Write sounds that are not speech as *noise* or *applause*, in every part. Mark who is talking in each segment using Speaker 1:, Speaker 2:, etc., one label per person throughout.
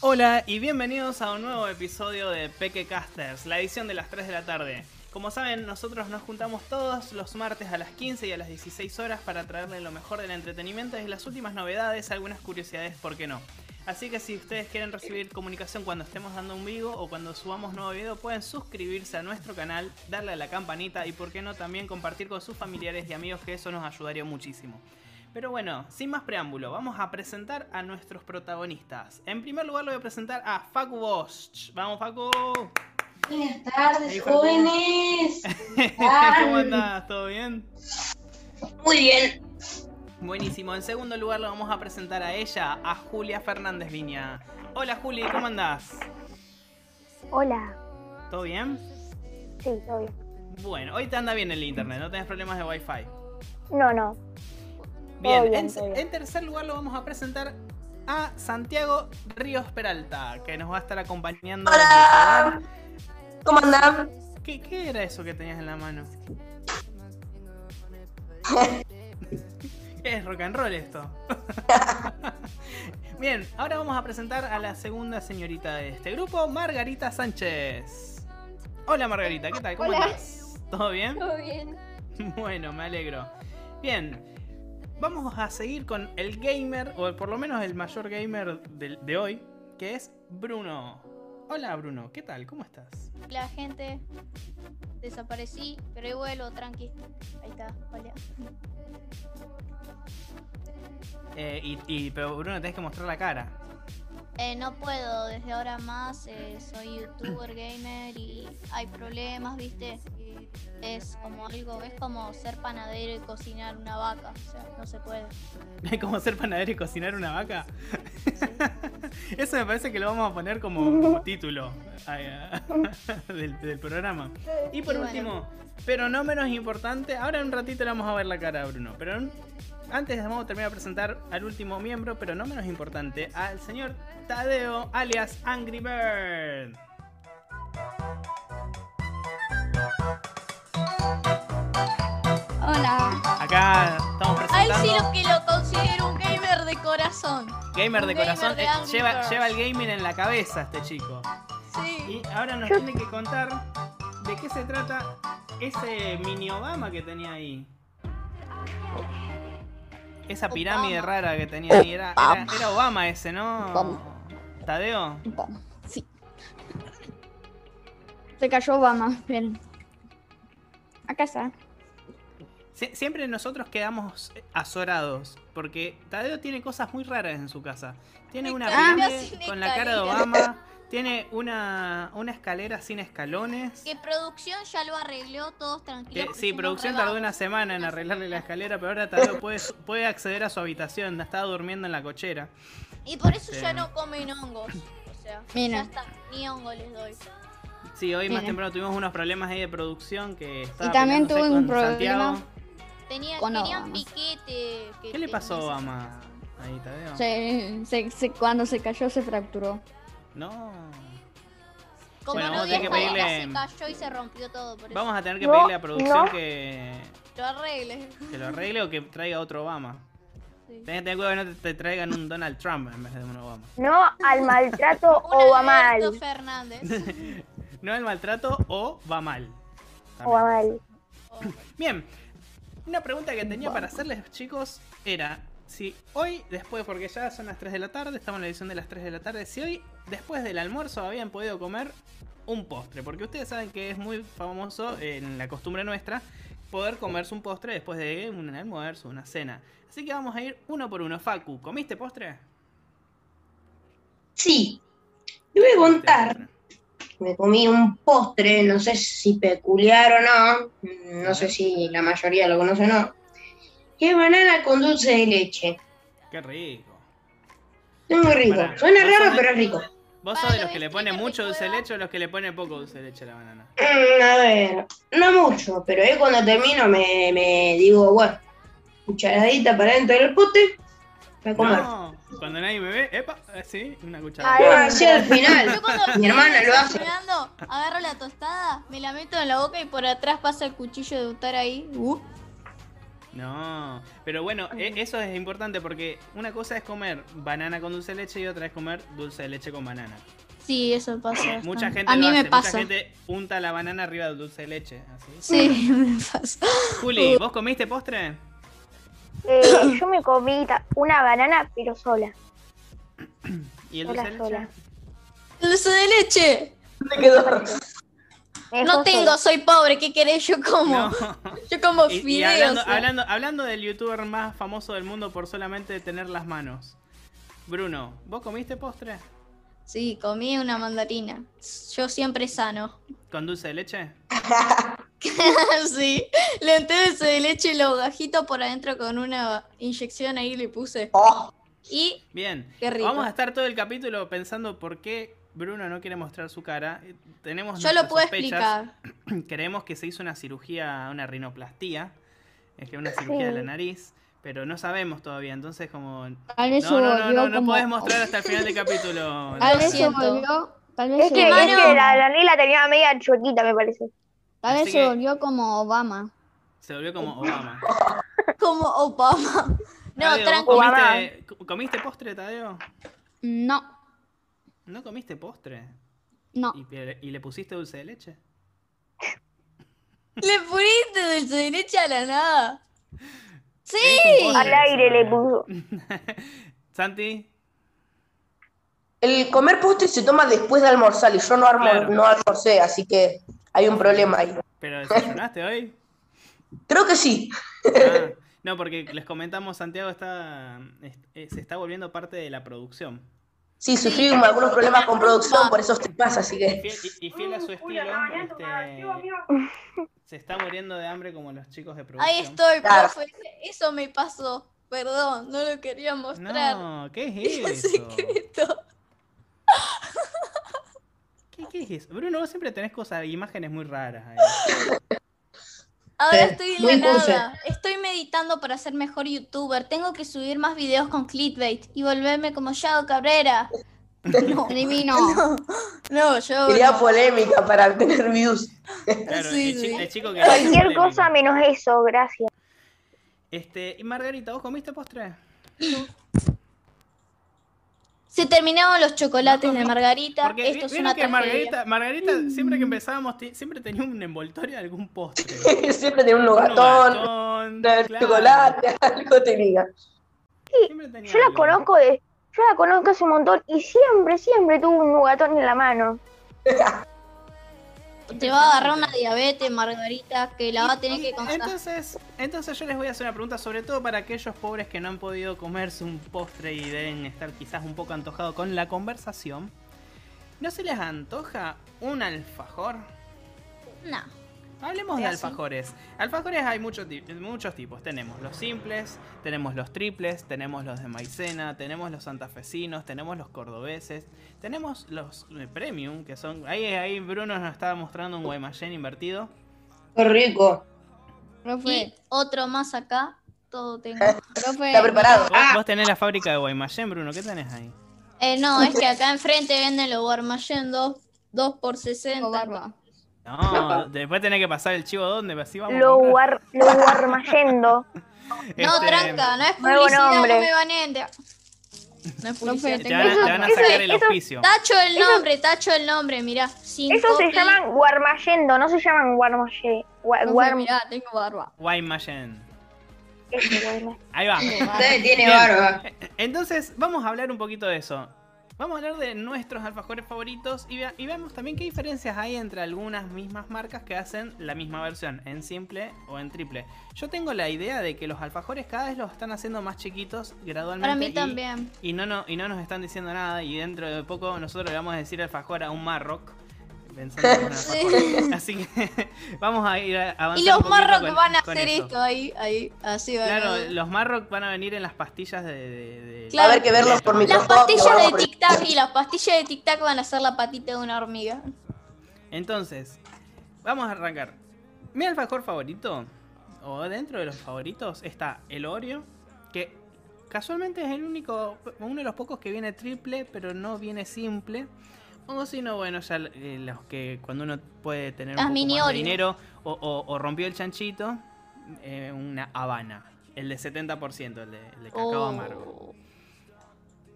Speaker 1: Hola y bienvenidos a un nuevo episodio de Peque Casters, la edición de las 3 de la tarde. Como saben, nosotros nos juntamos todos los martes a las 15 y a las 16 horas para traerle lo mejor del entretenimiento y las últimas novedades, algunas curiosidades, ¿por qué no? Así que si ustedes quieren recibir comunicación cuando estemos dando un vivo o cuando subamos nuevo video, pueden suscribirse a nuestro canal, darle a la campanita y por qué no también compartir con sus familiares y amigos que eso nos ayudaría muchísimo. Pero bueno, sin más preámbulo, vamos a presentar a nuestros protagonistas. En primer lugar lo voy a presentar a Facu Bosch. Vamos Facu. *laughs*
Speaker 2: Buenas
Speaker 1: Ahí,
Speaker 2: tardes,
Speaker 1: Facu.
Speaker 2: jóvenes.
Speaker 1: ¿Cómo estás? ¿Todo bien?
Speaker 2: Muy bien.
Speaker 1: Buenísimo. En segundo lugar lo vamos a presentar a ella, a Julia Fernández Viña. Hola Juli, ¿cómo andás?
Speaker 3: Hola,
Speaker 1: ¿Todo bien?
Speaker 3: sí, obvio.
Speaker 1: Bueno, hoy te anda bien el internet, no tenés problemas de wifi.
Speaker 3: No, no,
Speaker 1: Bien,
Speaker 3: Todo bien,
Speaker 1: en,
Speaker 3: todo bien.
Speaker 1: en tercer lugar lo vamos a presentar a Santiago Ríos Peralta, que nos va a estar acompañando.
Speaker 2: Hola. ¿Cómo andan?
Speaker 1: ¿Qué, qué era eso que tenías en la mano? es rock and roll esto. Bien, ahora vamos a presentar a la segunda señorita de este grupo, Margarita Sánchez. Hola Margarita, ¿qué tal? ¿Cómo
Speaker 4: Hola.
Speaker 1: estás? ¿Todo bien?
Speaker 4: Todo bien.
Speaker 1: Bueno, me alegro. Bien, vamos a seguir con el gamer, o por lo menos el mayor gamer del- de, hoy, que es Bruno. Hola Bruno, ¿qué tal? ¿Cómo estás?
Speaker 4: La gente desaparecí, pero ahí vuelo, tranqui. Ahí está, hola.
Speaker 1: Eh, y, y- pero Bruno, tenés que mostrar la cara. *laughs*
Speaker 4: Eh, no puedo, desde ahora más eh, soy youtuber gamer y hay problemas, viste. Eh, Es como algo, es como ser panadero y cocinar una vaca, o sea, no se puede.
Speaker 1: Es como ser panadero y cocinar una vaca. *laughs* Eso me parece que lo vamos a poner
Speaker 4: *laughs*
Speaker 1: como, como título ah, *laughs* del, del programa. Y por
Speaker 4: Y bueno.
Speaker 1: último, pero no menos importante, ahora en un ratito le vamos a ver la cara a Bruno. Pero en- antes vamos a terminar de presentar al último miembro, pero no menos importante, al señor Tadeo alias Angry Bird.
Speaker 4: Hola.
Speaker 1: Acá estamos
Speaker 4: A él
Speaker 1: presentando.
Speaker 4: sí lo que lo considero un gamer de corazón.
Speaker 1: Gamer de
Speaker 4: un gamer
Speaker 1: corazón.
Speaker 4: de
Speaker 1: eh,
Speaker 4: Angry
Speaker 1: lleva,
Speaker 4: Birds.
Speaker 1: lleva el gaming en la cabeza este chico.
Speaker 4: Sí.
Speaker 1: Y ahora nos tiene que contar de qué se trata ese mini Obama que tenía ahí. Esa pirámide
Speaker 4: Obama.
Speaker 1: rara que tenía ahí. Era, era, era Obama ese, ¿no?
Speaker 5: Obama.
Speaker 1: Tadeo.
Speaker 5: Sí. Se cayó Obama. Bien. Acá está.
Speaker 1: Sie- siempre nosotros quedamos azorados. Porque Tadeo tiene cosas muy raras en su casa. Tiene
Speaker 4: Mi
Speaker 1: una
Speaker 4: cama
Speaker 1: pirámide
Speaker 4: sin
Speaker 1: con la cara de
Speaker 4: escaleras.
Speaker 1: Obama. Tiene una, una escalera sin escalones.
Speaker 4: Que producción ya lo arregló, todos tranquilos.
Speaker 1: Que-
Speaker 4: porque
Speaker 1: sí,
Speaker 4: somos
Speaker 1: producción
Speaker 4: re
Speaker 1: tardó
Speaker 4: vagos.
Speaker 1: una semana en arreglarle la escalera, pero ahora Tadeo puede, puede acceder a su habitación, estaba durmiendo en la cochera.
Speaker 4: Y por eso
Speaker 1: Sí.
Speaker 4: ya no comen hongos. O sea,
Speaker 5: Mira.
Speaker 4: ya está, ni hongo les doy.
Speaker 1: Sí, hoy más
Speaker 5: Bien.
Speaker 1: temprano tuvimos unos problemas ahí de producción que estaba
Speaker 5: Y también
Speaker 1: peleándose
Speaker 5: tuve un
Speaker 1: con Santiago.
Speaker 5: problema.
Speaker 4: Tenía,
Speaker 5: Con
Speaker 4: querían
Speaker 5: Obama.
Speaker 4: piquete. que
Speaker 1: ¿Qué le
Speaker 4: te-
Speaker 1: pasó a Obama? Ahí, Tadeo.
Speaker 5: Se- se- se- cuando se cayó se fracturó.
Speaker 1: No.
Speaker 4: Como
Speaker 1: Bueno,
Speaker 4: no
Speaker 1: vamos a
Speaker 4: había
Speaker 1: tener que
Speaker 4: escalera,
Speaker 1: pedirle-
Speaker 4: se cayó y se rompió todo. Por eso
Speaker 1: Vamos a tener que
Speaker 3: No,
Speaker 1: pedirle a producción
Speaker 3: no.
Speaker 1: que,
Speaker 4: lo arregle.
Speaker 1: que lo arregle o que traiga otro Obama.
Speaker 4: Sí.
Speaker 1: Tenés que tener cuidado que no te, te traigan un Donald Trump en vez de un Obama.
Speaker 3: No al maltrato
Speaker 4: Un
Speaker 3: o va mal.
Speaker 4: Alberto Fernández.
Speaker 1: *laughs* No el maltrato o va mal.
Speaker 3: O va mal.
Speaker 1: Bien, una pregunta que tenía para hacerles, chicos, era si hoy, después, porque ya son las 3 de la tarde, estamos en la edición de las 3 de la tarde, si hoy, después del almuerzo, habían podido comer un postre, porque ustedes saben que es muy famoso en la costumbre nuestra poder comerse un postre después de un almuerzo, una cena. Así que vamos a ir uno por uno. Facu, ¿comiste postre?
Speaker 2: Sí. Le voy a contar. Me comí un postre, no sé si peculiar o no. No sé si la mayoría lo conoce o no. Que es banana con dulce de leche.
Speaker 1: Qué rico.
Speaker 2: Es muy rico.
Speaker 1: Pará.
Speaker 2: Suena
Speaker 1: ¿Vos
Speaker 2: raro,
Speaker 1: sabés?
Speaker 2: pero es rico.
Speaker 1: ¿Vos
Speaker 4: Para
Speaker 1: sos de
Speaker 4: lo
Speaker 1: los que le pone
Speaker 4: explicar mi
Speaker 1: mucho dulce de
Speaker 4: prueba.
Speaker 1: leche o los que le pone poco dulce de leche a la banana?
Speaker 2: Mm, a ver, no mucho, pero ahí cuando termino me, me digo, bueno, cucharadita para dentro del pote. Para comer.
Speaker 1: No, cuando nadie me ve, epa, eh, sí, una cuchara.
Speaker 3: Ay,
Speaker 2: Ah, sí, al final.
Speaker 4: Yo cuando
Speaker 2: Mi hermana lo hace.
Speaker 4: desayunando, agarro la tostada, me la meto en la boca y por atrás pasa el cuchillo de untar ahí. Uh.
Speaker 1: No, pero bueno, e- eso es importante porque una cosa es comer banana con dulce de leche y otra es comer dulce de leche con banana.
Speaker 4: Sí, eso pasa. bastante.
Speaker 1: Mucha gente
Speaker 4: A
Speaker 1: lo
Speaker 4: mí
Speaker 1: hace,
Speaker 4: me pasa.
Speaker 1: mucha gente unta la banana arriba del dulce de leche. así.
Speaker 4: Sí, *laughs* me pasa.
Speaker 1: Juli, ¿vos comiste postre?
Speaker 6: Eh, yo me comí ta- una banana, pero sola.
Speaker 1: ¿Y el
Speaker 6: Hola,
Speaker 1: dulce de leche?
Speaker 6: hola.
Speaker 4: Dulce de leche.
Speaker 2: Me quedó.
Speaker 6: Me dejó
Speaker 4: No tengo,
Speaker 6: sola.
Speaker 4: soy pobre. ¿Qué querés? Yo como.
Speaker 1: No.
Speaker 4: Yo como
Speaker 1: Y, y
Speaker 4: fideos.
Speaker 1: hablando,
Speaker 4: eh.
Speaker 1: hablando, hablando del youtuber más famoso del mundo por solamente tener las manos. Bruno, ¿vos comiste postre?
Speaker 4: Sí,
Speaker 7: Comí una mandarina. Yo siempre sano.
Speaker 1: ¿Con dulce de leche?
Speaker 4: *laughs* sí. Le unté dulce de leche y lo gajito por adentro con una inyección ahí le puse. Y
Speaker 1: Bien.
Speaker 4: Qué rico.
Speaker 1: Vamos a estar todo el capítulo pensando por qué Bruno no quiere mostrar su cara. Eh, Tenemos
Speaker 4: yo lo
Speaker 1: nuestras
Speaker 4: puedo
Speaker 1: sospechas.
Speaker 4: explicar.
Speaker 1: Creemos que se hizo una cirugía, una rinoplastía. Es que una cirugía de la
Speaker 6: Sí.
Speaker 1: nariz. Pero no sabemos todavía, entonces como... No,
Speaker 5: Tal vez se
Speaker 1: no, no, no,
Speaker 5: volvió
Speaker 1: no,
Speaker 5: como...
Speaker 1: podés mostrar hasta el final del
Speaker 4: *laughs*
Speaker 1: capítulo.
Speaker 5: Tal vez se
Speaker 4: siento.
Speaker 5: volvió... Tal vez,
Speaker 6: Es
Speaker 5: se
Speaker 6: que, es
Speaker 5: volvió,
Speaker 6: que la nariz la tenía media chuequita, me parece.
Speaker 5: tal vez
Speaker 1: Así
Speaker 5: se
Speaker 1: que-
Speaker 5: volvió como Obama.
Speaker 1: Se volvió como Obama.
Speaker 4: Como
Speaker 1: *laughs*
Speaker 4: Obama. No,
Speaker 1: Tadeo, ¿vos
Speaker 4: tranqui.
Speaker 1: comiste, co- ¿Comiste postre, Tadeo?
Speaker 5: No,
Speaker 1: ¿No comiste postre?
Speaker 5: no.
Speaker 1: ¿Y, pe- y le pusiste dulce de leche?
Speaker 4: Le puriste dulce de leche a la nada.
Speaker 1: Es un postre,
Speaker 6: Al aire
Speaker 1: eso,
Speaker 6: le
Speaker 1: ¿no?
Speaker 6: puso.
Speaker 1: *laughs* Santi,
Speaker 2: El comer postre se toma después de almorzar y yo no, armo-
Speaker 1: Claro.
Speaker 2: no almorcé, así que hay un problema ahí.
Speaker 1: ¿pero desayunaste hoy?
Speaker 2: Creo que sí.
Speaker 1: Ah, no, porque les comentamos, Santiago está es- eh, se está volviendo parte de la producción.
Speaker 2: Sí, sufrí algunos problemas con producción, por eso te pasa, así
Speaker 1: Y
Speaker 2: que.
Speaker 1: fiel, y- y fiel a
Speaker 2: Mm,
Speaker 1: su estilo,
Speaker 8: *laughs*
Speaker 1: este, se está muriendo de hambre como los chicos de producción.
Speaker 4: Ahí estoy,
Speaker 2: Claro.
Speaker 4: profe. Eso me pasó. Perdón, no lo quería mostrar. *laughs*
Speaker 1: No, ¿qué
Speaker 4: Era
Speaker 1: es eso?
Speaker 4: secreto.
Speaker 1: ¿Qué, qué es eso? Bruno, vos siempre tenés cosas, imágenes muy raras. ahí.
Speaker 4: Ahora
Speaker 2: Sí,
Speaker 4: estoy
Speaker 2: muy
Speaker 4: en la
Speaker 2: dulce.
Speaker 4: nada.
Speaker 7: Estoy meditando para ser mejor youtuber. Tengo que subir más videos con clickbait y volverme como Shadow
Speaker 2: *laughs*
Speaker 7: Cabrera.
Speaker 4: No,
Speaker 5: Adivino.
Speaker 6: *laughs*
Speaker 4: no, yo.
Speaker 2: Quería
Speaker 4: no.
Speaker 2: polémica para obtener views.
Speaker 1: Claro,
Speaker 4: Sí,
Speaker 1: el, chi-
Speaker 4: sí.
Speaker 1: el chico que
Speaker 6: Cualquier cosa menos eso, gracias.
Speaker 1: Este, y Margarita, ¿vos comiste postre?
Speaker 4: Se terminaron los chocolates de Margarita.
Speaker 1: Porque
Speaker 4: Esto es
Speaker 1: vieron
Speaker 4: una
Speaker 1: que
Speaker 4: tragedia.
Speaker 1: Margarita, Margarita
Speaker 2: Mm.
Speaker 1: siempre que empezábamos ti- siempre tenía un envoltorio de algún postre.
Speaker 2: *laughs* Siempre tenía un
Speaker 1: Un
Speaker 2: gatón,
Speaker 1: gatón,
Speaker 2: un
Speaker 1: claro,
Speaker 2: chocolate, algo tenía.
Speaker 1: siempre tenía
Speaker 6: Yo la
Speaker 1: algo.
Speaker 6: conozco de, yo la conozco hace un montón y siempre, siempre tuvo un nugatón en la mano.
Speaker 7: Te va a agarrar una diabetes, Margarita, que
Speaker 4: Ah,
Speaker 7: la va a tener que contar.
Speaker 1: Entonces, entonces yo les voy a hacer una pregunta, sobre todo para aquellos pobres que no han podido comerse un postre y deben estar quizás un poco antojados con la conversación. ¿No se les antoja un alfajor?
Speaker 7: No.
Speaker 1: Hablemos
Speaker 7: Sí,
Speaker 1: de
Speaker 7: así.
Speaker 1: alfajores. Alfajores hay mucho ti- muchos tipos. Tenemos los simples, tenemos los triples, tenemos los de maicena, tenemos los santafesinos, tenemos los cordobeses, tenemos los eh, premium, que son... Ahí, ahí Bruno nos estaba mostrando un Guaymallén invertido.
Speaker 2: Qué rico.
Speaker 5: Profe,
Speaker 7: Y otro más acá. Todo
Speaker 2: *laughs*
Speaker 7: tengo.
Speaker 5: profe.
Speaker 2: Está preparado.
Speaker 1: Vos, vos tenés la fábrica de Guaymallén, Bruno, ¿qué tenés ahí?
Speaker 7: Eh, no, es que acá enfrente venden los Guarmayén 2, por 60.
Speaker 5: tengo barba.
Speaker 1: No, después tenés que pasar el chivo dónde, así vamos. a
Speaker 6: Lo,
Speaker 1: comprar.
Speaker 6: guar, lo guarmayendo.
Speaker 7: No,
Speaker 1: Este,
Speaker 7: tranca, no es
Speaker 6: Nuevo
Speaker 7: publicidad, no
Speaker 6: nombre.
Speaker 7: me baneen. de- No es publicidad.
Speaker 5: Profe,
Speaker 1: Te van, a-
Speaker 5: Eso-
Speaker 1: te van a
Speaker 6: eso-
Speaker 1: sacar el
Speaker 6: eso-
Speaker 1: auspicio.
Speaker 7: Tacho el nombre, tacho el nombre, mirá. Sin
Speaker 6: Esos se
Speaker 7: copy.
Speaker 6: llaman guarmayendo, no se llaman guarmaye. gua-
Speaker 5: Profe,
Speaker 6: guar-
Speaker 5: mirá, tengo barba.
Speaker 1: Guaymallén.
Speaker 6: ese, guarma-
Speaker 1: Ahí va.
Speaker 2: Usted tiene
Speaker 1: Bien.
Speaker 2: barba.
Speaker 1: Entonces, vamos a hablar un poquito de eso. Vamos a hablar de nuestros alfajores favoritos y, vea- y veamos también qué diferencias hay entre algunas mismas marcas que hacen la misma versión, en simple o en triple. Yo tengo la idea de que los alfajores cada vez los están haciendo más chiquitos gradualmente.
Speaker 7: Para mí
Speaker 1: y-
Speaker 7: también.
Speaker 1: Y no, no, y no nos están diciendo nada y dentro de poco nosotros le vamos a decir alfajor a un Marrock. Pensando
Speaker 4: *laughs*
Speaker 1: que es un alfajor. Así que *laughs* vamos a ir avanzando.
Speaker 4: Y los
Speaker 1: un poquito
Speaker 4: marrocos
Speaker 1: con-
Speaker 4: van a
Speaker 1: con
Speaker 4: hacer
Speaker 1: eso.
Speaker 4: esto ahí, ahí, así va.
Speaker 1: Claro, los Marrock van a venir en las pastillas de... de- de-
Speaker 4: Claro.
Speaker 2: Habrá que verlos por
Speaker 4: Las
Speaker 2: microscopio.
Speaker 4: pastillas
Speaker 2: vamos
Speaker 4: de
Speaker 2: por-
Speaker 4: Tic Tac y las pastillas de Tic Tac van a ser la patita de una hormiga.
Speaker 1: Entonces, vamos a arrancar. Mi alfajor favorito, o dentro de los favoritos, está el Oreo, que casualmente es el único, uno de los pocos que viene triple, pero no viene simple. O si no, bueno, ya eh, los que cuando uno puede tener un
Speaker 7: Las
Speaker 1: poco
Speaker 7: mini
Speaker 1: más de
Speaker 7: Oreo.
Speaker 1: dinero o, o- o rompió el chanchito, eh, una habana. El de 70%, el de, el de cacao
Speaker 7: Oh.
Speaker 1: amargo.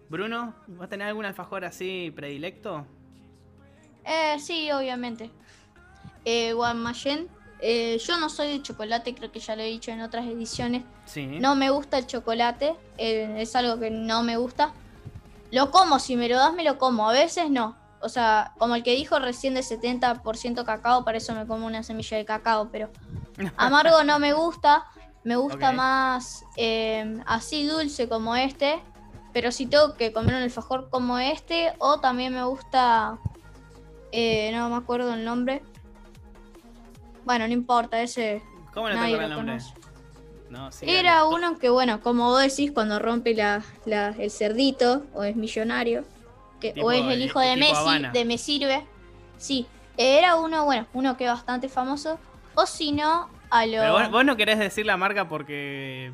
Speaker 1: Bruno, ¿vas a tener algún alfajor así predilecto?
Speaker 7: Eh, sí, obviamente.
Speaker 4: Eh, Guaymallén. Eh, yo no soy de chocolate, creo que ya lo he dicho en otras ediciones.
Speaker 1: Sí.
Speaker 4: No me gusta el chocolate, eh, es algo que no me gusta. Lo como, si me lo das me lo como, a veces no. O sea, como el que dijo recién de 70% cacao, para eso me como una semilla de cacao,
Speaker 1: *laughs*
Speaker 4: pero amargo no me gusta, me gusta
Speaker 1: Ok.
Speaker 4: más eh, así dulce como este, pero si tengo que comer un alfajor como este, o también me gusta, eh, no me acuerdo el nombre. Bueno, no importa, ese
Speaker 1: ¿Cómo no te
Speaker 4: nadie
Speaker 1: acuerdas
Speaker 4: lo
Speaker 1: el nombre?
Speaker 4: conoce.
Speaker 1: No, sí,
Speaker 4: Era
Speaker 1: dale.
Speaker 4: uno que, bueno, como vos decís, cuando rompe la, la- el cerdito, o es millonario, que,
Speaker 1: Tipo,
Speaker 4: o es el
Speaker 1: eh,
Speaker 4: hijo de
Speaker 1: tipo
Speaker 4: Messi,
Speaker 1: Habana.
Speaker 4: de Me Sirve. Sí, era uno, bueno, uno que es bastante famoso. O si no, a lo.
Speaker 1: Pero vos, vos no querés decir la marca porque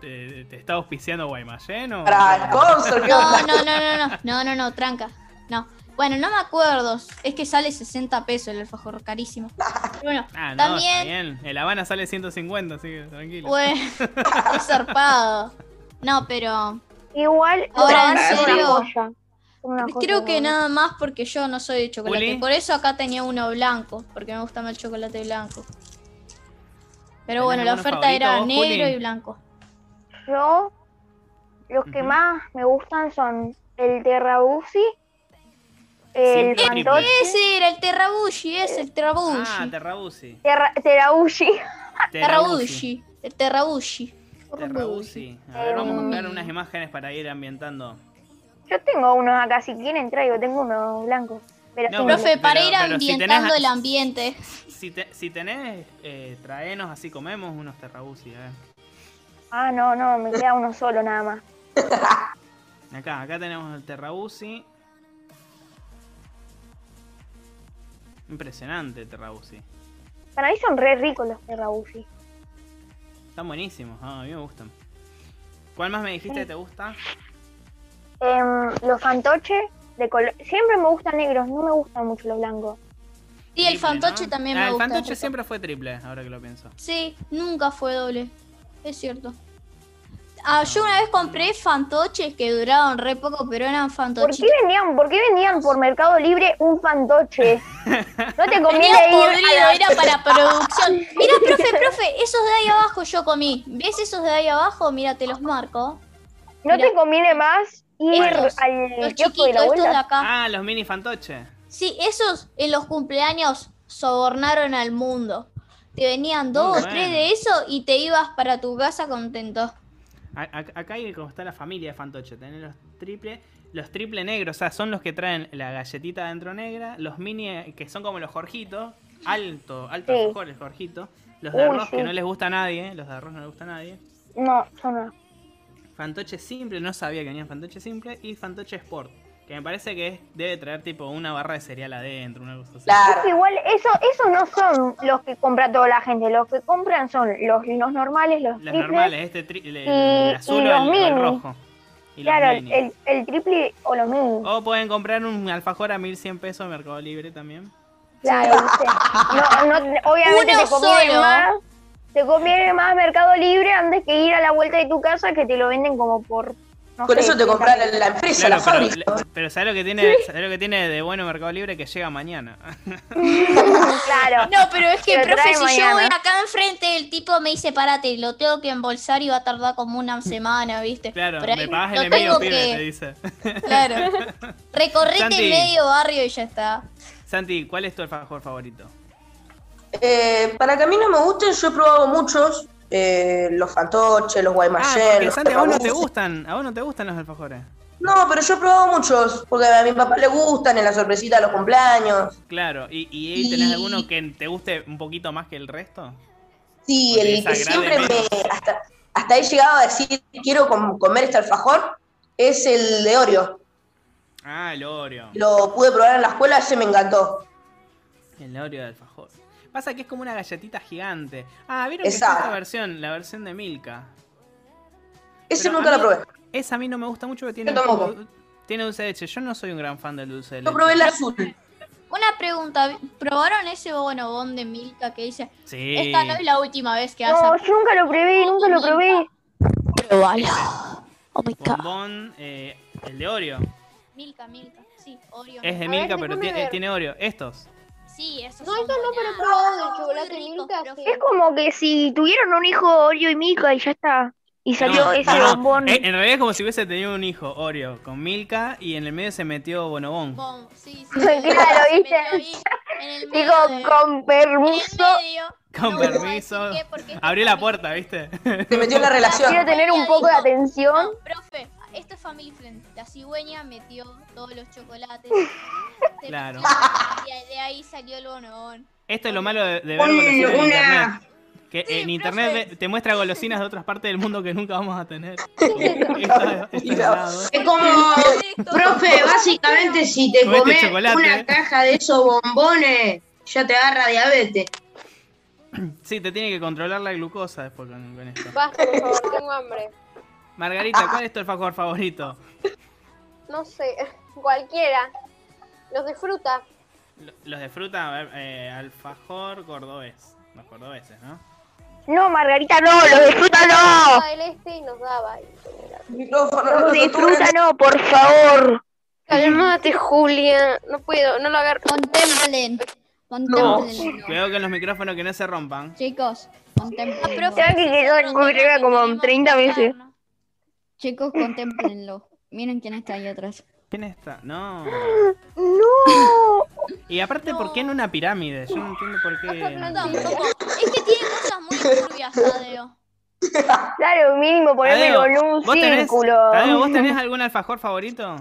Speaker 1: te, te está auspiciando Guaymallén o.
Speaker 8: Para el sponsor, ¿qué
Speaker 4: No,
Speaker 8: onda?
Speaker 4: no, no, no, no, no, no, no, tranca. No. Bueno, no me acuerdo. Es que sale 60 pesos el alfajor, carísimo. Pero Bueno,
Speaker 1: Ah, no,
Speaker 4: También-
Speaker 1: está bien. El Habana sale 150, así que tranquilo.
Speaker 4: *laughs* bueno, es zarpado. No, pero.
Speaker 6: Igual, lo
Speaker 4: Ahora,
Speaker 6: van a
Speaker 2: en
Speaker 6: hacer
Speaker 2: serio.
Speaker 6: una joya. Una cosa
Speaker 4: Creo que
Speaker 6: hermosa.
Speaker 4: nada más porque yo no soy de chocolate.
Speaker 1: Juli.
Speaker 4: Por eso acá tenía uno blanco, porque me gusta más el chocolate blanco.
Speaker 1: ¿Tenés
Speaker 4: Pero bueno, la
Speaker 1: alguno
Speaker 4: oferta
Speaker 1: favorito
Speaker 4: era
Speaker 1: vos, Juli?
Speaker 4: negro y blanco.
Speaker 6: Yo, los que
Speaker 1: Ujú.
Speaker 6: más me gustan son el de Rabusi, el
Speaker 1: Siempre triple.
Speaker 6: Fantoche,
Speaker 4: Ese era el Terrabushi, ese, el Terrabushi.
Speaker 1: Ah, Terrabusi.
Speaker 6: Terra- Teraushi,
Speaker 1: Ah,
Speaker 4: Terrabushi, el Terrabushi.
Speaker 1: Terrabusi. A ver, vamos a buscar unas imágenes para ir ambientando.
Speaker 6: *laughs* Yo tengo unos acá, si quieren traigo, tengo unos blancos. Pero
Speaker 1: No,
Speaker 6: tengo-
Speaker 1: pero-
Speaker 4: Profe, para ir
Speaker 1: pero si
Speaker 4: ambientando
Speaker 1: tenés-
Speaker 4: el ambiente.
Speaker 1: Si, te- si tenés, eh, traenos así comemos unos Terrabusi. A ver.
Speaker 6: Ah, no, no, me queda uno solo nada más.
Speaker 1: Acá, acá tenemos el Terrabusi. Impresionante Terrabusi.
Speaker 6: Para mí son re ricos los de Rabusi.
Speaker 1: Están buenísimos, ah, a mí me gustan. ¿Cuál más me dijiste que te gusta?
Speaker 6: Em, los fantoches de color. Siempre me gustan negros, no me gustan mucho los blancos.
Speaker 4: Sí, el
Speaker 1: Triple,
Speaker 4: fantoche
Speaker 1: ¿no?
Speaker 4: también
Speaker 1: Ah,
Speaker 4: me
Speaker 1: el
Speaker 4: gusta.
Speaker 1: fantoche siempre fue triple, ahora que lo pienso.
Speaker 4: Sí, nunca fue doble. Es cierto. Ah, yo una vez compré fantoches que duraban re poco, pero eran
Speaker 6: ¿Por
Speaker 4: fantoches.
Speaker 6: qué vendían, por qué vendían por Mercado Libre un fantoche? No
Speaker 4: *laughs*
Speaker 6: te
Speaker 4: Venía
Speaker 6: conviene ir a
Speaker 4: podrido,
Speaker 6: la-
Speaker 4: era para *laughs* producción.
Speaker 6: *laughs*
Speaker 4: Mira, profe, profe, esos de ahí abajo yo comí. ¿Ves esos de ahí abajo? Mira, te los marco.
Speaker 6: no te
Speaker 4: Mira.
Speaker 6: conviene más ir
Speaker 4: Estos,
Speaker 6: al
Speaker 4: Los
Speaker 6: kiosco
Speaker 4: chiquitos,
Speaker 6: Eh, de la
Speaker 4: estos de
Speaker 6: vuelta.
Speaker 4: acá.
Speaker 1: Ah, los mini fantoche.
Speaker 4: Sí, esos en los cumpleaños sobornaron al mundo. Te venían dos
Speaker 1: Muy
Speaker 4: o
Speaker 1: bueno.
Speaker 4: tres de eso y te ibas para tu casa
Speaker 6: *laughs*
Speaker 4: contento.
Speaker 1: A- a- acá hay como está la familia de fantoche. Tenés los triple, los triple negros, o sea, son los que traen la galletita adentro negra, los mini eh, que son como los jorjitos, alto, alto
Speaker 6: Sí.
Speaker 1: alfajor el jorjito, los de
Speaker 6: Uy,
Speaker 1: arroz que
Speaker 6: sí.
Speaker 1: no les gusta a nadie, los de arroz no les gusta a nadie.
Speaker 6: No, yo no.
Speaker 1: Fantoche simple, no sabía que venía fantoche simple y fantoche sport, que me parece que es- debe traer tipo una barra de cereal adentro, una cosa así.
Speaker 8: Claro.
Speaker 6: Igual, eso, esos no son los que compra toda la gente. Los que compran son los, los normales, los,
Speaker 1: Los
Speaker 6: triples.
Speaker 1: normales, este tri- el, el
Speaker 6: y-
Speaker 1: azul o el,
Speaker 6: y Eh, los
Speaker 1: o el
Speaker 6: mini.
Speaker 1: rojo. Y los
Speaker 6: Claro,
Speaker 1: mini.
Speaker 6: el, el triple o los mini.
Speaker 1: O pueden comprar un alfajor a 1100 pesos en Mercado Libre también.
Speaker 6: Claro, viste. No, no, obviamente
Speaker 4: Uno
Speaker 6: te conviene
Speaker 4: solo.
Speaker 6: más. Te conviene más Mercado Libre antes que ir a la vuelta de tu casa que te lo venden como por. No
Speaker 8: Con
Speaker 6: sé,
Speaker 8: eso te compras la, la empresa,
Speaker 1: Claro,
Speaker 8: la fábrica.
Speaker 1: pero, pero ¿sabes lo que tiene, ¿sabes lo que tiene de bueno Mercado Libre? Que llega mañana. *laughs*
Speaker 6: Claro.
Speaker 4: No, pero es que,
Speaker 6: Te lo
Speaker 4: profe,
Speaker 6: trae
Speaker 4: si yo
Speaker 6: mañana.
Speaker 4: voy acá enfrente, el tipo me dice, parate, lo tengo que embolsar y va a tardar como una semana, ¿viste?
Speaker 1: Claro,
Speaker 4: Por ahí
Speaker 1: me pagas
Speaker 4: lo
Speaker 1: el envío,
Speaker 4: tengo
Speaker 1: pibe,
Speaker 4: que-
Speaker 1: te dice. *laughs*
Speaker 4: Claro. Recorrete
Speaker 1: Santi.
Speaker 4: el medio barrio y ya está.
Speaker 1: Santi, ¿cuál es tu alfajor favorito?
Speaker 8: Eh, para que a mí no me gusten, yo he probado muchos. eh, los fantoches, los
Speaker 1: Ah,
Speaker 8: guaymallén.
Speaker 1: porque
Speaker 8: los
Speaker 1: Santi, a vos no te
Speaker 8: Ferragusi.
Speaker 1: gustan. A vos no te gustan los alfajores.
Speaker 8: No, pero yo he probado muchos. Porque a mi papá le gustan en la sorpresita de los cumpleaños.
Speaker 1: Claro, ¿y, y tenés
Speaker 8: Y-
Speaker 1: alguno que te guste un poquito más que el resto?
Speaker 8: Sí,
Speaker 1: Porque
Speaker 8: el que
Speaker 1: desagrade
Speaker 8: siempre me.
Speaker 1: menos.
Speaker 8: Hasta, hasta he llegado a decir, quiero com- comer este alfajor, es el de Oreo.
Speaker 1: Ah, el Oreo.
Speaker 8: Lo pude probar en la escuela, ese me encantó.
Speaker 1: El Oreo de alfajor. Pasa que es como una galletita gigante. Ah, ¿vieron que está
Speaker 8: Exacto.
Speaker 1: esta versión? La versión de Milka.
Speaker 8: Ese
Speaker 1: Pero
Speaker 8: nunca
Speaker 1: a
Speaker 8: lo
Speaker 1: mí-
Speaker 8: probé.
Speaker 1: Esa a mí no me gusta mucho que tiene,
Speaker 8: Yo tampoco.
Speaker 1: tiene dulce de leche. Yo no soy un gran fan del dulce de leche.
Speaker 8: Yo probé el azul.
Speaker 4: Una pregunta, ¿probaron ese bonobón de Milka que dice,
Speaker 1: Sí.
Speaker 4: esta no es la última vez que
Speaker 6: No,
Speaker 4: haces?
Speaker 6: yo nunca lo probé, nunca lo probé.
Speaker 4: Probalo. Oh my god.
Speaker 1: Bombón, eh, el de Oreo.
Speaker 7: Milka, Milka. Sí, Oreo.
Speaker 1: Es de
Speaker 6: ver,
Speaker 1: Milka, pero
Speaker 6: déjame
Speaker 1: tiene,
Speaker 6: ver.
Speaker 1: tiene Oreo. Estos.
Speaker 7: Sí, eso
Speaker 5: No, estos no, pero he probado el chocolate Milka, sí.
Speaker 6: Es como que si tuvieron un hijo Oreo y Mika y ya está. Y salió
Speaker 1: No, no,
Speaker 6: ese
Speaker 1: no.
Speaker 6: bombón.
Speaker 1: Eh, en realidad es como si hubiese tenido un hijo, Oreo, con Milka, y en el medio se metió Bonobón.
Speaker 7: Bom, sí, sí.
Speaker 6: Claro,
Speaker 7: Me
Speaker 6: ¿viste?
Speaker 7: lo vi En
Speaker 6: *laughs*
Speaker 7: el medio.
Speaker 6: Digo,
Speaker 7: de-
Speaker 6: con
Speaker 7: en
Speaker 6: permiso.
Speaker 7: el medio.
Speaker 1: Con
Speaker 7: No voy a
Speaker 1: permiso.
Speaker 7: decir qué, porque esta
Speaker 1: Abrió la
Speaker 7: familia-
Speaker 1: puerta, ¿viste?
Speaker 8: Te metió en la
Speaker 6: Quiero
Speaker 8: relación.
Speaker 6: tener un poco de atención.
Speaker 7: No, profe, esto es Family Friend. La cigüeña metió todos los chocolates. Se
Speaker 1: Claro.
Speaker 7: metió, Y de ahí salió el bonobón.
Speaker 1: Esto es lo malo de, de ver golosinas
Speaker 2: Un-
Speaker 1: en internet.
Speaker 2: una.
Speaker 1: Que
Speaker 7: Sí,
Speaker 1: en internet
Speaker 7: profe.
Speaker 1: ve- te muestra golosinas de otras partes del mundo que nunca vamos a tener. Está- está
Speaker 8: Mira.
Speaker 1: helado.
Speaker 2: Es como. Profe, básicamente si te
Speaker 1: Comete
Speaker 2: comes
Speaker 1: chocolate. eh.
Speaker 2: una caja de esos bombones, ya te agarra diabetes.
Speaker 1: Sí, te tiene que controlar la glucosa después con, con esto.
Speaker 9: Basta, por favor, tengo hambre.
Speaker 1: Margarita, ¿cuál es tu alfajor favorito?
Speaker 9: No sé, *laughs* cualquiera. Los de fruta.
Speaker 1: Lo- Los de fruta, a ver, eh, alfajor cordobés. Los cordobeses, ¿no?
Speaker 6: No, Margarita, no, lo disfruta no.
Speaker 9: Fruta del este y nos daba. y-
Speaker 8: Micrófono,
Speaker 6: Lo
Speaker 8: no se
Speaker 6: disfruta
Speaker 8: toquen.
Speaker 6: no, por favor.
Speaker 9: Calmate, Julia. No puedo, no lo agarro.
Speaker 5: Contemplen. Contemplen.
Speaker 1: Cuidado con los micrófonos que no se rompan.
Speaker 5: Chicos, contemplenlo.
Speaker 6: profe. que quedó en cultura como 30 veces.
Speaker 5: Chicos, contemplenlo. Miren quién está ahí atrás.
Speaker 1: ¿Quién está? No.
Speaker 6: No.
Speaker 1: Y aparte, ¿por qué en una pirámide? Yo no entiendo por qué.
Speaker 7: Tampoco. Es que tiene cosas muy turbias, Tadeo.
Speaker 6: Claro, mínimo ponerme
Speaker 1: Tadeo,
Speaker 6: con un
Speaker 1: ¿vos tenés-
Speaker 6: círculo.
Speaker 1: Tadeo, ¿vos tenés algún alfajor favorito?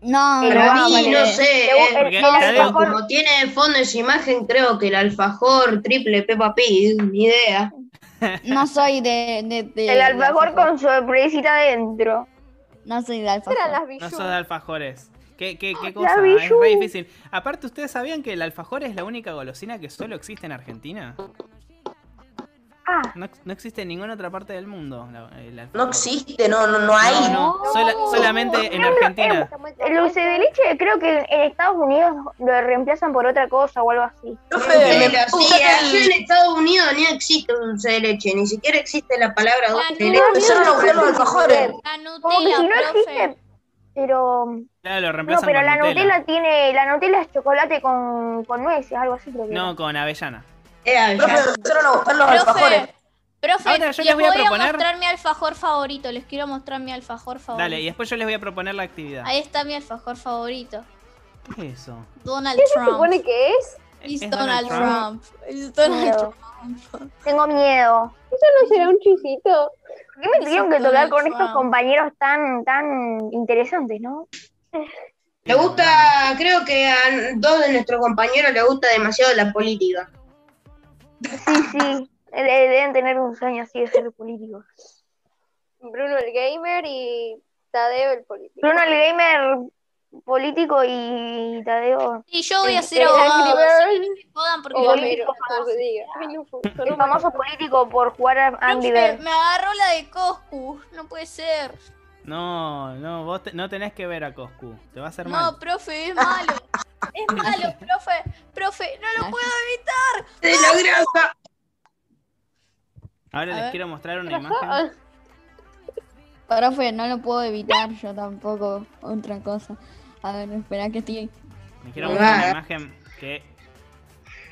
Speaker 5: No,
Speaker 2: Pero
Speaker 5: no,
Speaker 2: a mí,
Speaker 5: vale.
Speaker 2: no sé.
Speaker 6: Según-
Speaker 2: eh,
Speaker 1: Porque
Speaker 6: el
Speaker 1: Tadeo-
Speaker 6: alfajor-
Speaker 2: Como tiene de fondo esa imagen, creo que el alfajor triple Peppa Pig, ni idea.
Speaker 6: *laughs*
Speaker 5: No soy de. de, de-
Speaker 6: El
Speaker 5: de
Speaker 6: alfajor con sorpresita adentro.
Speaker 5: No soy de
Speaker 9: ¿Qué eran
Speaker 5: alfajor.
Speaker 9: las bijú?
Speaker 1: No sos de alfajores. ¿Qué, qué, qué cosa? es
Speaker 6: Bijou.
Speaker 1: re difícil. Aparte, ¿ustedes sabían que el alfajor es la única golosina que solo existe en Argentina?
Speaker 6: Ah.
Speaker 1: No, ex- no existe en ninguna otra parte del mundo. la- el alfajor.
Speaker 8: No existe, no, no, no hay.
Speaker 1: No, no, sola- solamente en Argentina.
Speaker 9: Está muy
Speaker 6: El dulce de leche creo que en Estados Unidos lo reemplazan por otra cosa o algo así.
Speaker 8: Profe, me
Speaker 2: Pero sí,
Speaker 8: gusta
Speaker 2: allá
Speaker 8: que
Speaker 2: en Estados Unidos ni existe dulce de leche, ni siquiera existe la palabra dulce de leche.
Speaker 8: empezaron a buscar los alfajores.
Speaker 7: La
Speaker 6: Como que
Speaker 7: Nutella,
Speaker 6: si no
Speaker 7: profe.
Speaker 6: existe, pero
Speaker 1: Claro, lo
Speaker 6: no,
Speaker 1: reemplazan
Speaker 6: pero
Speaker 1: con
Speaker 6: la Nutella.
Speaker 1: Nutella.
Speaker 6: tiene, la Nutella es chocolate con, con nueces, algo así creo que.
Speaker 1: No, con avellana.
Speaker 2: Eh,
Speaker 8: Profe,
Speaker 2: allá.
Speaker 8: empezaron a buscar los alfajores.
Speaker 7: Profe, profe,
Speaker 1: Ahora, Ah, yo les voy a proponer-
Speaker 7: mostrar mi alfajor favorito. Les quiero mostrar mi alfajor favorito.
Speaker 1: Dale, y después yo les voy a proponer la actividad.
Speaker 7: Ahí está mi alfajor favorito.
Speaker 1: ¿Qué es eso?
Speaker 7: Donald
Speaker 9: ¿Se supone
Speaker 7: Trump.
Speaker 9: que es?
Speaker 7: It's
Speaker 1: ¿Es
Speaker 7: Donald
Speaker 1: Donald
Speaker 7: Trump. It's
Speaker 6: Tengo
Speaker 7: Donald Trump.
Speaker 6: miedo. Tengo miedo.
Speaker 9: ¿No será un chisito?
Speaker 6: ¿Por ¿Qué me tuvieron que tocar con estos
Speaker 7: Trump.
Speaker 6: compañeros tan tan interesantes, no?
Speaker 2: Le gusta, creo que a dos de nuestros compañeros les gusta demasiado la política.
Speaker 6: Sí, sí. de- Deben tener un sueño así de ser políticos.
Speaker 9: Bruno el gamer y Tadeo el político.
Speaker 6: Bruno el gamer político y Tadeo,
Speaker 7: Y yo voy a ser
Speaker 9: Eh,
Speaker 7: abogado.
Speaker 9: Angry
Speaker 7: así
Speaker 9: Birds
Speaker 7: que me jodan porque
Speaker 9: o
Speaker 7: no
Speaker 9: Homero,
Speaker 7: me
Speaker 9: como se diga. Ay, no, son
Speaker 6: el
Speaker 9: un-
Speaker 6: famoso político por jugar a Angry
Speaker 7: Profe,
Speaker 6: Birds.
Speaker 7: me agarró la de Coscu. No puede ser.
Speaker 1: No, no, vos te- no tenés que ver a Coscu. Te va a hacer mal.
Speaker 7: No, profe, es malo.
Speaker 1: *laughs*
Speaker 7: Es malo, profe. Profe, no lo puedo evitar.
Speaker 2: De la grasa.
Speaker 1: Ahora
Speaker 7: A
Speaker 1: les
Speaker 7: ver.
Speaker 1: quiero mostrar una
Speaker 9: Ah,
Speaker 1: imagen.
Speaker 5: Profe, no lo puedo evitar. Yo tampoco. Otra cosa. A ver, espera que estoy.
Speaker 1: Les quiero
Speaker 2: Ahí
Speaker 1: mostrar una
Speaker 2: va.
Speaker 1: imagen que,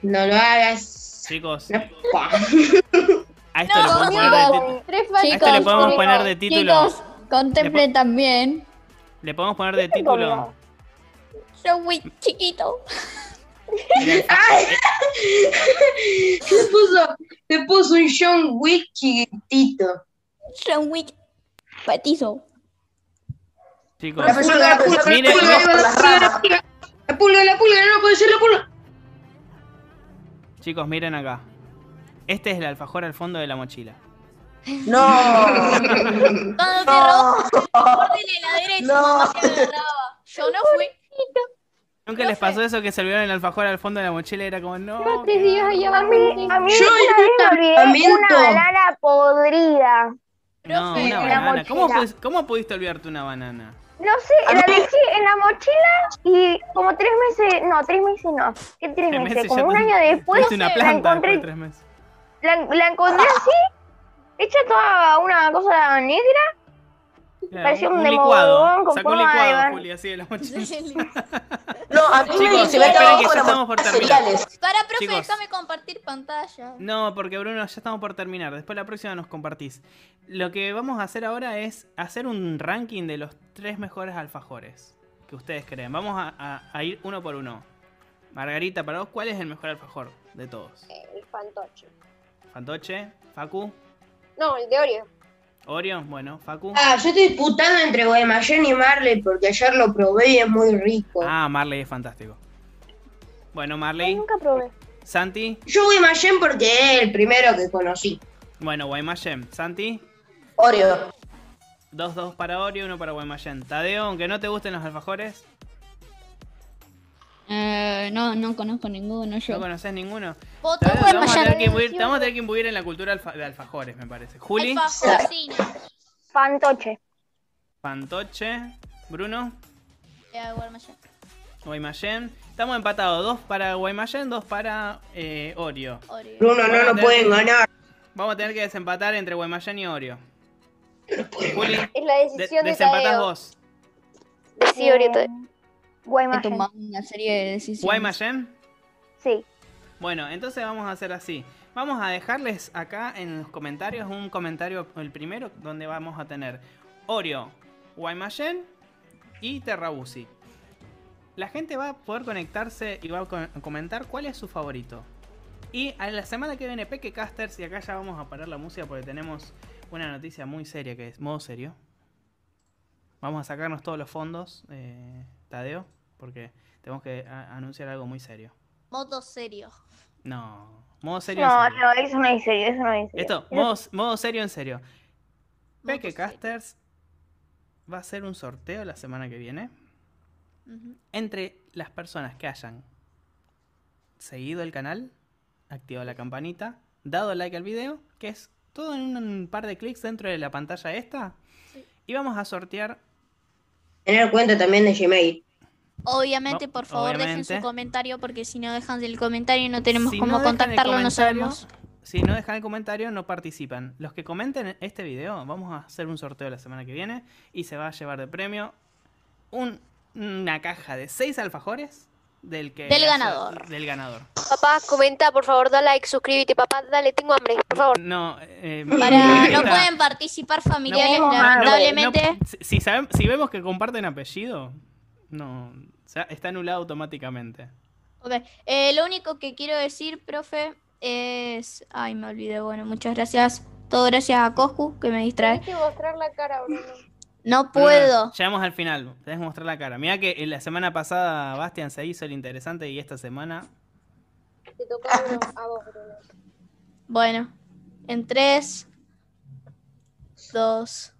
Speaker 2: No lo hagas.
Speaker 1: chicos,
Speaker 2: No. *laughs*
Speaker 1: a esto, le, podemos poner de
Speaker 5: chicos,
Speaker 1: tit-
Speaker 9: Tres
Speaker 1: a
Speaker 9: faltas.
Speaker 1: esto le podemos
Speaker 5: chicos,
Speaker 1: poner de título.
Speaker 5: Chicos, contemplen también.
Speaker 1: Le podemos poner de título.
Speaker 5: Yo muy chiquito.
Speaker 1: El alfa-
Speaker 2: Te puso, te puso un John Wick chiquitito.
Speaker 5: Yo muy patizo.
Speaker 1: Chicos,
Speaker 8: La persona la persona
Speaker 1: Mire,
Speaker 8: la
Speaker 1: mire.
Speaker 8: persona- las ramas.
Speaker 2: La pulga, la pulga, no puede ser la pulga.
Speaker 1: chicos, miren acá. Este es el alfajor al fondo de la mochila.
Speaker 8: No,
Speaker 7: Cuando te robaste el la derecha,
Speaker 8: No.
Speaker 7: mamá te agarraba. Yo no fui.
Speaker 1: ¿Nunca les
Speaker 7: Profe.
Speaker 1: pasó eso que se olvidaron el alfajor al fondo de la mochila y era como, no?
Speaker 9: Tres días allá
Speaker 6: A mí, a mí
Speaker 2: Yo
Speaker 6: una vez me olvidé
Speaker 2: lamento.
Speaker 6: una banana podrida.
Speaker 1: No,
Speaker 7: Profe,
Speaker 1: una
Speaker 6: la
Speaker 1: banana. ¿Cómo,
Speaker 6: mochila.
Speaker 1: pudis- ¿Cómo pudiste olvidarte una banana?
Speaker 9: No sé,
Speaker 8: A
Speaker 9: la
Speaker 8: mí-
Speaker 9: dejé en la mochila y como tres meses, no, tres meses no, ¿qué tres
Speaker 1: Tres
Speaker 9: meses?
Speaker 1: meses ya
Speaker 9: como un
Speaker 1: te-
Speaker 9: año después
Speaker 1: Fuiste una
Speaker 9: la
Speaker 1: planta después de
Speaker 9: encontré,
Speaker 1: tres meses.
Speaker 9: la, la encontré así, hecha toda una cosa negra,
Speaker 1: Claro,
Speaker 9: Parecía un
Speaker 1: licuado.
Speaker 9: demogorgon con
Speaker 1: Sacó un
Speaker 9: forma de
Speaker 1: licuado,
Speaker 9: ban-
Speaker 1: Juli, así de la mochila.
Speaker 8: No, a mí me,
Speaker 1: Chicos,
Speaker 8: se me
Speaker 7: esperen
Speaker 8: acabó
Speaker 1: que ya
Speaker 8: con
Speaker 1: estamos por
Speaker 8: los
Speaker 1: terminar.
Speaker 8: cereales.
Speaker 4: Para, profe,
Speaker 1: Chicos.
Speaker 4: déjame compartir pantalla.
Speaker 1: No, porque Bruno, ya estamos por terminar. Después la próxima nos compartís. Lo que vamos a hacer ahora es hacer un ranking de los tres mejores alfajores que ustedes creen. Vamos a, a- a ir uno por uno. Margarita, para vos, ¿cuál es el mejor alfajor de todos?
Speaker 9: el fantoche.
Speaker 1: Fantoche, Facu,
Speaker 9: No, el de Oreo.
Speaker 1: Oreo, bueno, Facu.
Speaker 2: Ah, yo estoy disputando entre Guaymallén y Marley porque ayer lo probé y es muy rico.
Speaker 1: Ah, Marley es fantástico. Bueno,
Speaker 9: Ay,
Speaker 1: Marley,
Speaker 9: nunca probé.
Speaker 1: Santi.
Speaker 2: Yo Guaymallén porque es el primero que conocí.
Speaker 1: Bueno, Guaymallén, Santi.
Speaker 8: Oreo.
Speaker 1: Dos, dos para Oreo, uno para Guaymallén. Tadeo, aunque no te gusten los alfajores,
Speaker 5: Eh, no, no conozco ninguno yo.
Speaker 1: no conoces ninguno.
Speaker 4: Voto
Speaker 1: Te vamos, te vamos a tener
Speaker 4: Guaymallén.
Speaker 1: que imbuir, te vamos a tener que imbuir en la cultura alfa- de alfajores, me parece. Juli,
Speaker 4: Alfajor, cine.
Speaker 9: Fantoche.
Speaker 1: Pantoche, Bruno,
Speaker 4: Ya, Guaymallén.
Speaker 1: Guaymallén. Estamos empatados, dos para Guaymallén, dos para eh, Oreo.
Speaker 4: Oreo.
Speaker 2: Bruno, no
Speaker 1: Bueno,
Speaker 2: lo
Speaker 1: te-
Speaker 2: pueden ganar.
Speaker 1: Vamos a tener que desempatar entre Guaymallén y Oreo. Juli,
Speaker 9: Es la
Speaker 1: de-
Speaker 9: decisión de,
Speaker 1: desempatás
Speaker 9: Tadeo. Mm.
Speaker 1: vos.
Speaker 9: Decí Oreo. Tadeo.
Speaker 5: He
Speaker 9: Guaymallén.
Speaker 5: tomado una serie de decisiones.
Speaker 1: Guaymallén.
Speaker 9: Sí.
Speaker 1: Bueno, entonces vamos a hacer así. Vamos a dejarles acá en los comentarios un comentario, el primero, donde vamos a tener Oreo, Guaymallén y Terrabusi. La gente va a poder conectarse y va a co- comentar cuál es su favorito. Y a la semana que viene, Peque Casters, y acá ya vamos a parar la música porque tenemos una noticia muy seria que es modo serio. Vamos a sacarnos todos los fondos, eh, Tadeo, porque tenemos que a- anunciar algo muy serio.
Speaker 4: Voto serio.
Speaker 1: No, modo serio. en
Speaker 9: No,
Speaker 1: serio.
Speaker 9: no, eso no es serio, eso no es serio.
Speaker 1: Esto, modo, modo serio en serio.
Speaker 4: Voto
Speaker 1: Peque
Speaker 4: serio.
Speaker 1: Casters va a hacer un sorteo la semana que viene
Speaker 4: Ujú.
Speaker 1: entre las personas que hayan seguido el canal, activado la campanita, dado like al video, que es todo en un par de clics dentro de la pantalla esta. Y vamos a sortear
Speaker 2: Tener cuenta también de Gmail.
Speaker 4: Obviamente,
Speaker 1: No,
Speaker 4: por favor, dejen
Speaker 1: obviamente.
Speaker 4: su comentario porque si no dejan el comentario no tenemos
Speaker 1: Si
Speaker 4: cómo
Speaker 1: no dejan el
Speaker 4: contactarlo, no
Speaker 1: comentario,
Speaker 4: sabemos.
Speaker 1: Si no dejan el comentario, no participan. Los que comenten este video, vamos a hacer un sorteo la semana que viene y se va a llevar de premio un- una caja de seis alfajores del que
Speaker 4: Del ganador.
Speaker 1: del ganador.
Speaker 9: Papá, comenta, por favor, da like, suscríbete, papá, dale, tengo hambre, por favor.
Speaker 1: No, eh,
Speaker 4: Para, no
Speaker 1: está.
Speaker 4: pueden participar familiares,
Speaker 9: No, no, no,
Speaker 4: lamentablemente.
Speaker 1: No, si, si sabem- si vemos que comparten apellido, no, o sea, está anulado automáticamente.
Speaker 4: Ok, eh, lo único que quiero decir, profe, es... Ay, me olvidé. Bueno, muchas gracias. Todo gracias a Coscu, que me distrae.
Speaker 9: que mostrar la cara, Bruno.
Speaker 4: No
Speaker 1: No, no,
Speaker 4: puedo.
Speaker 1: no, Llegamos al final. Tenés que mostrar la cara. Mira que eh, la semana pasada Bastian se hizo el interesante y esta semana
Speaker 9: Te toca a vos, Bruno.
Speaker 4: Bueno, en 3, 2,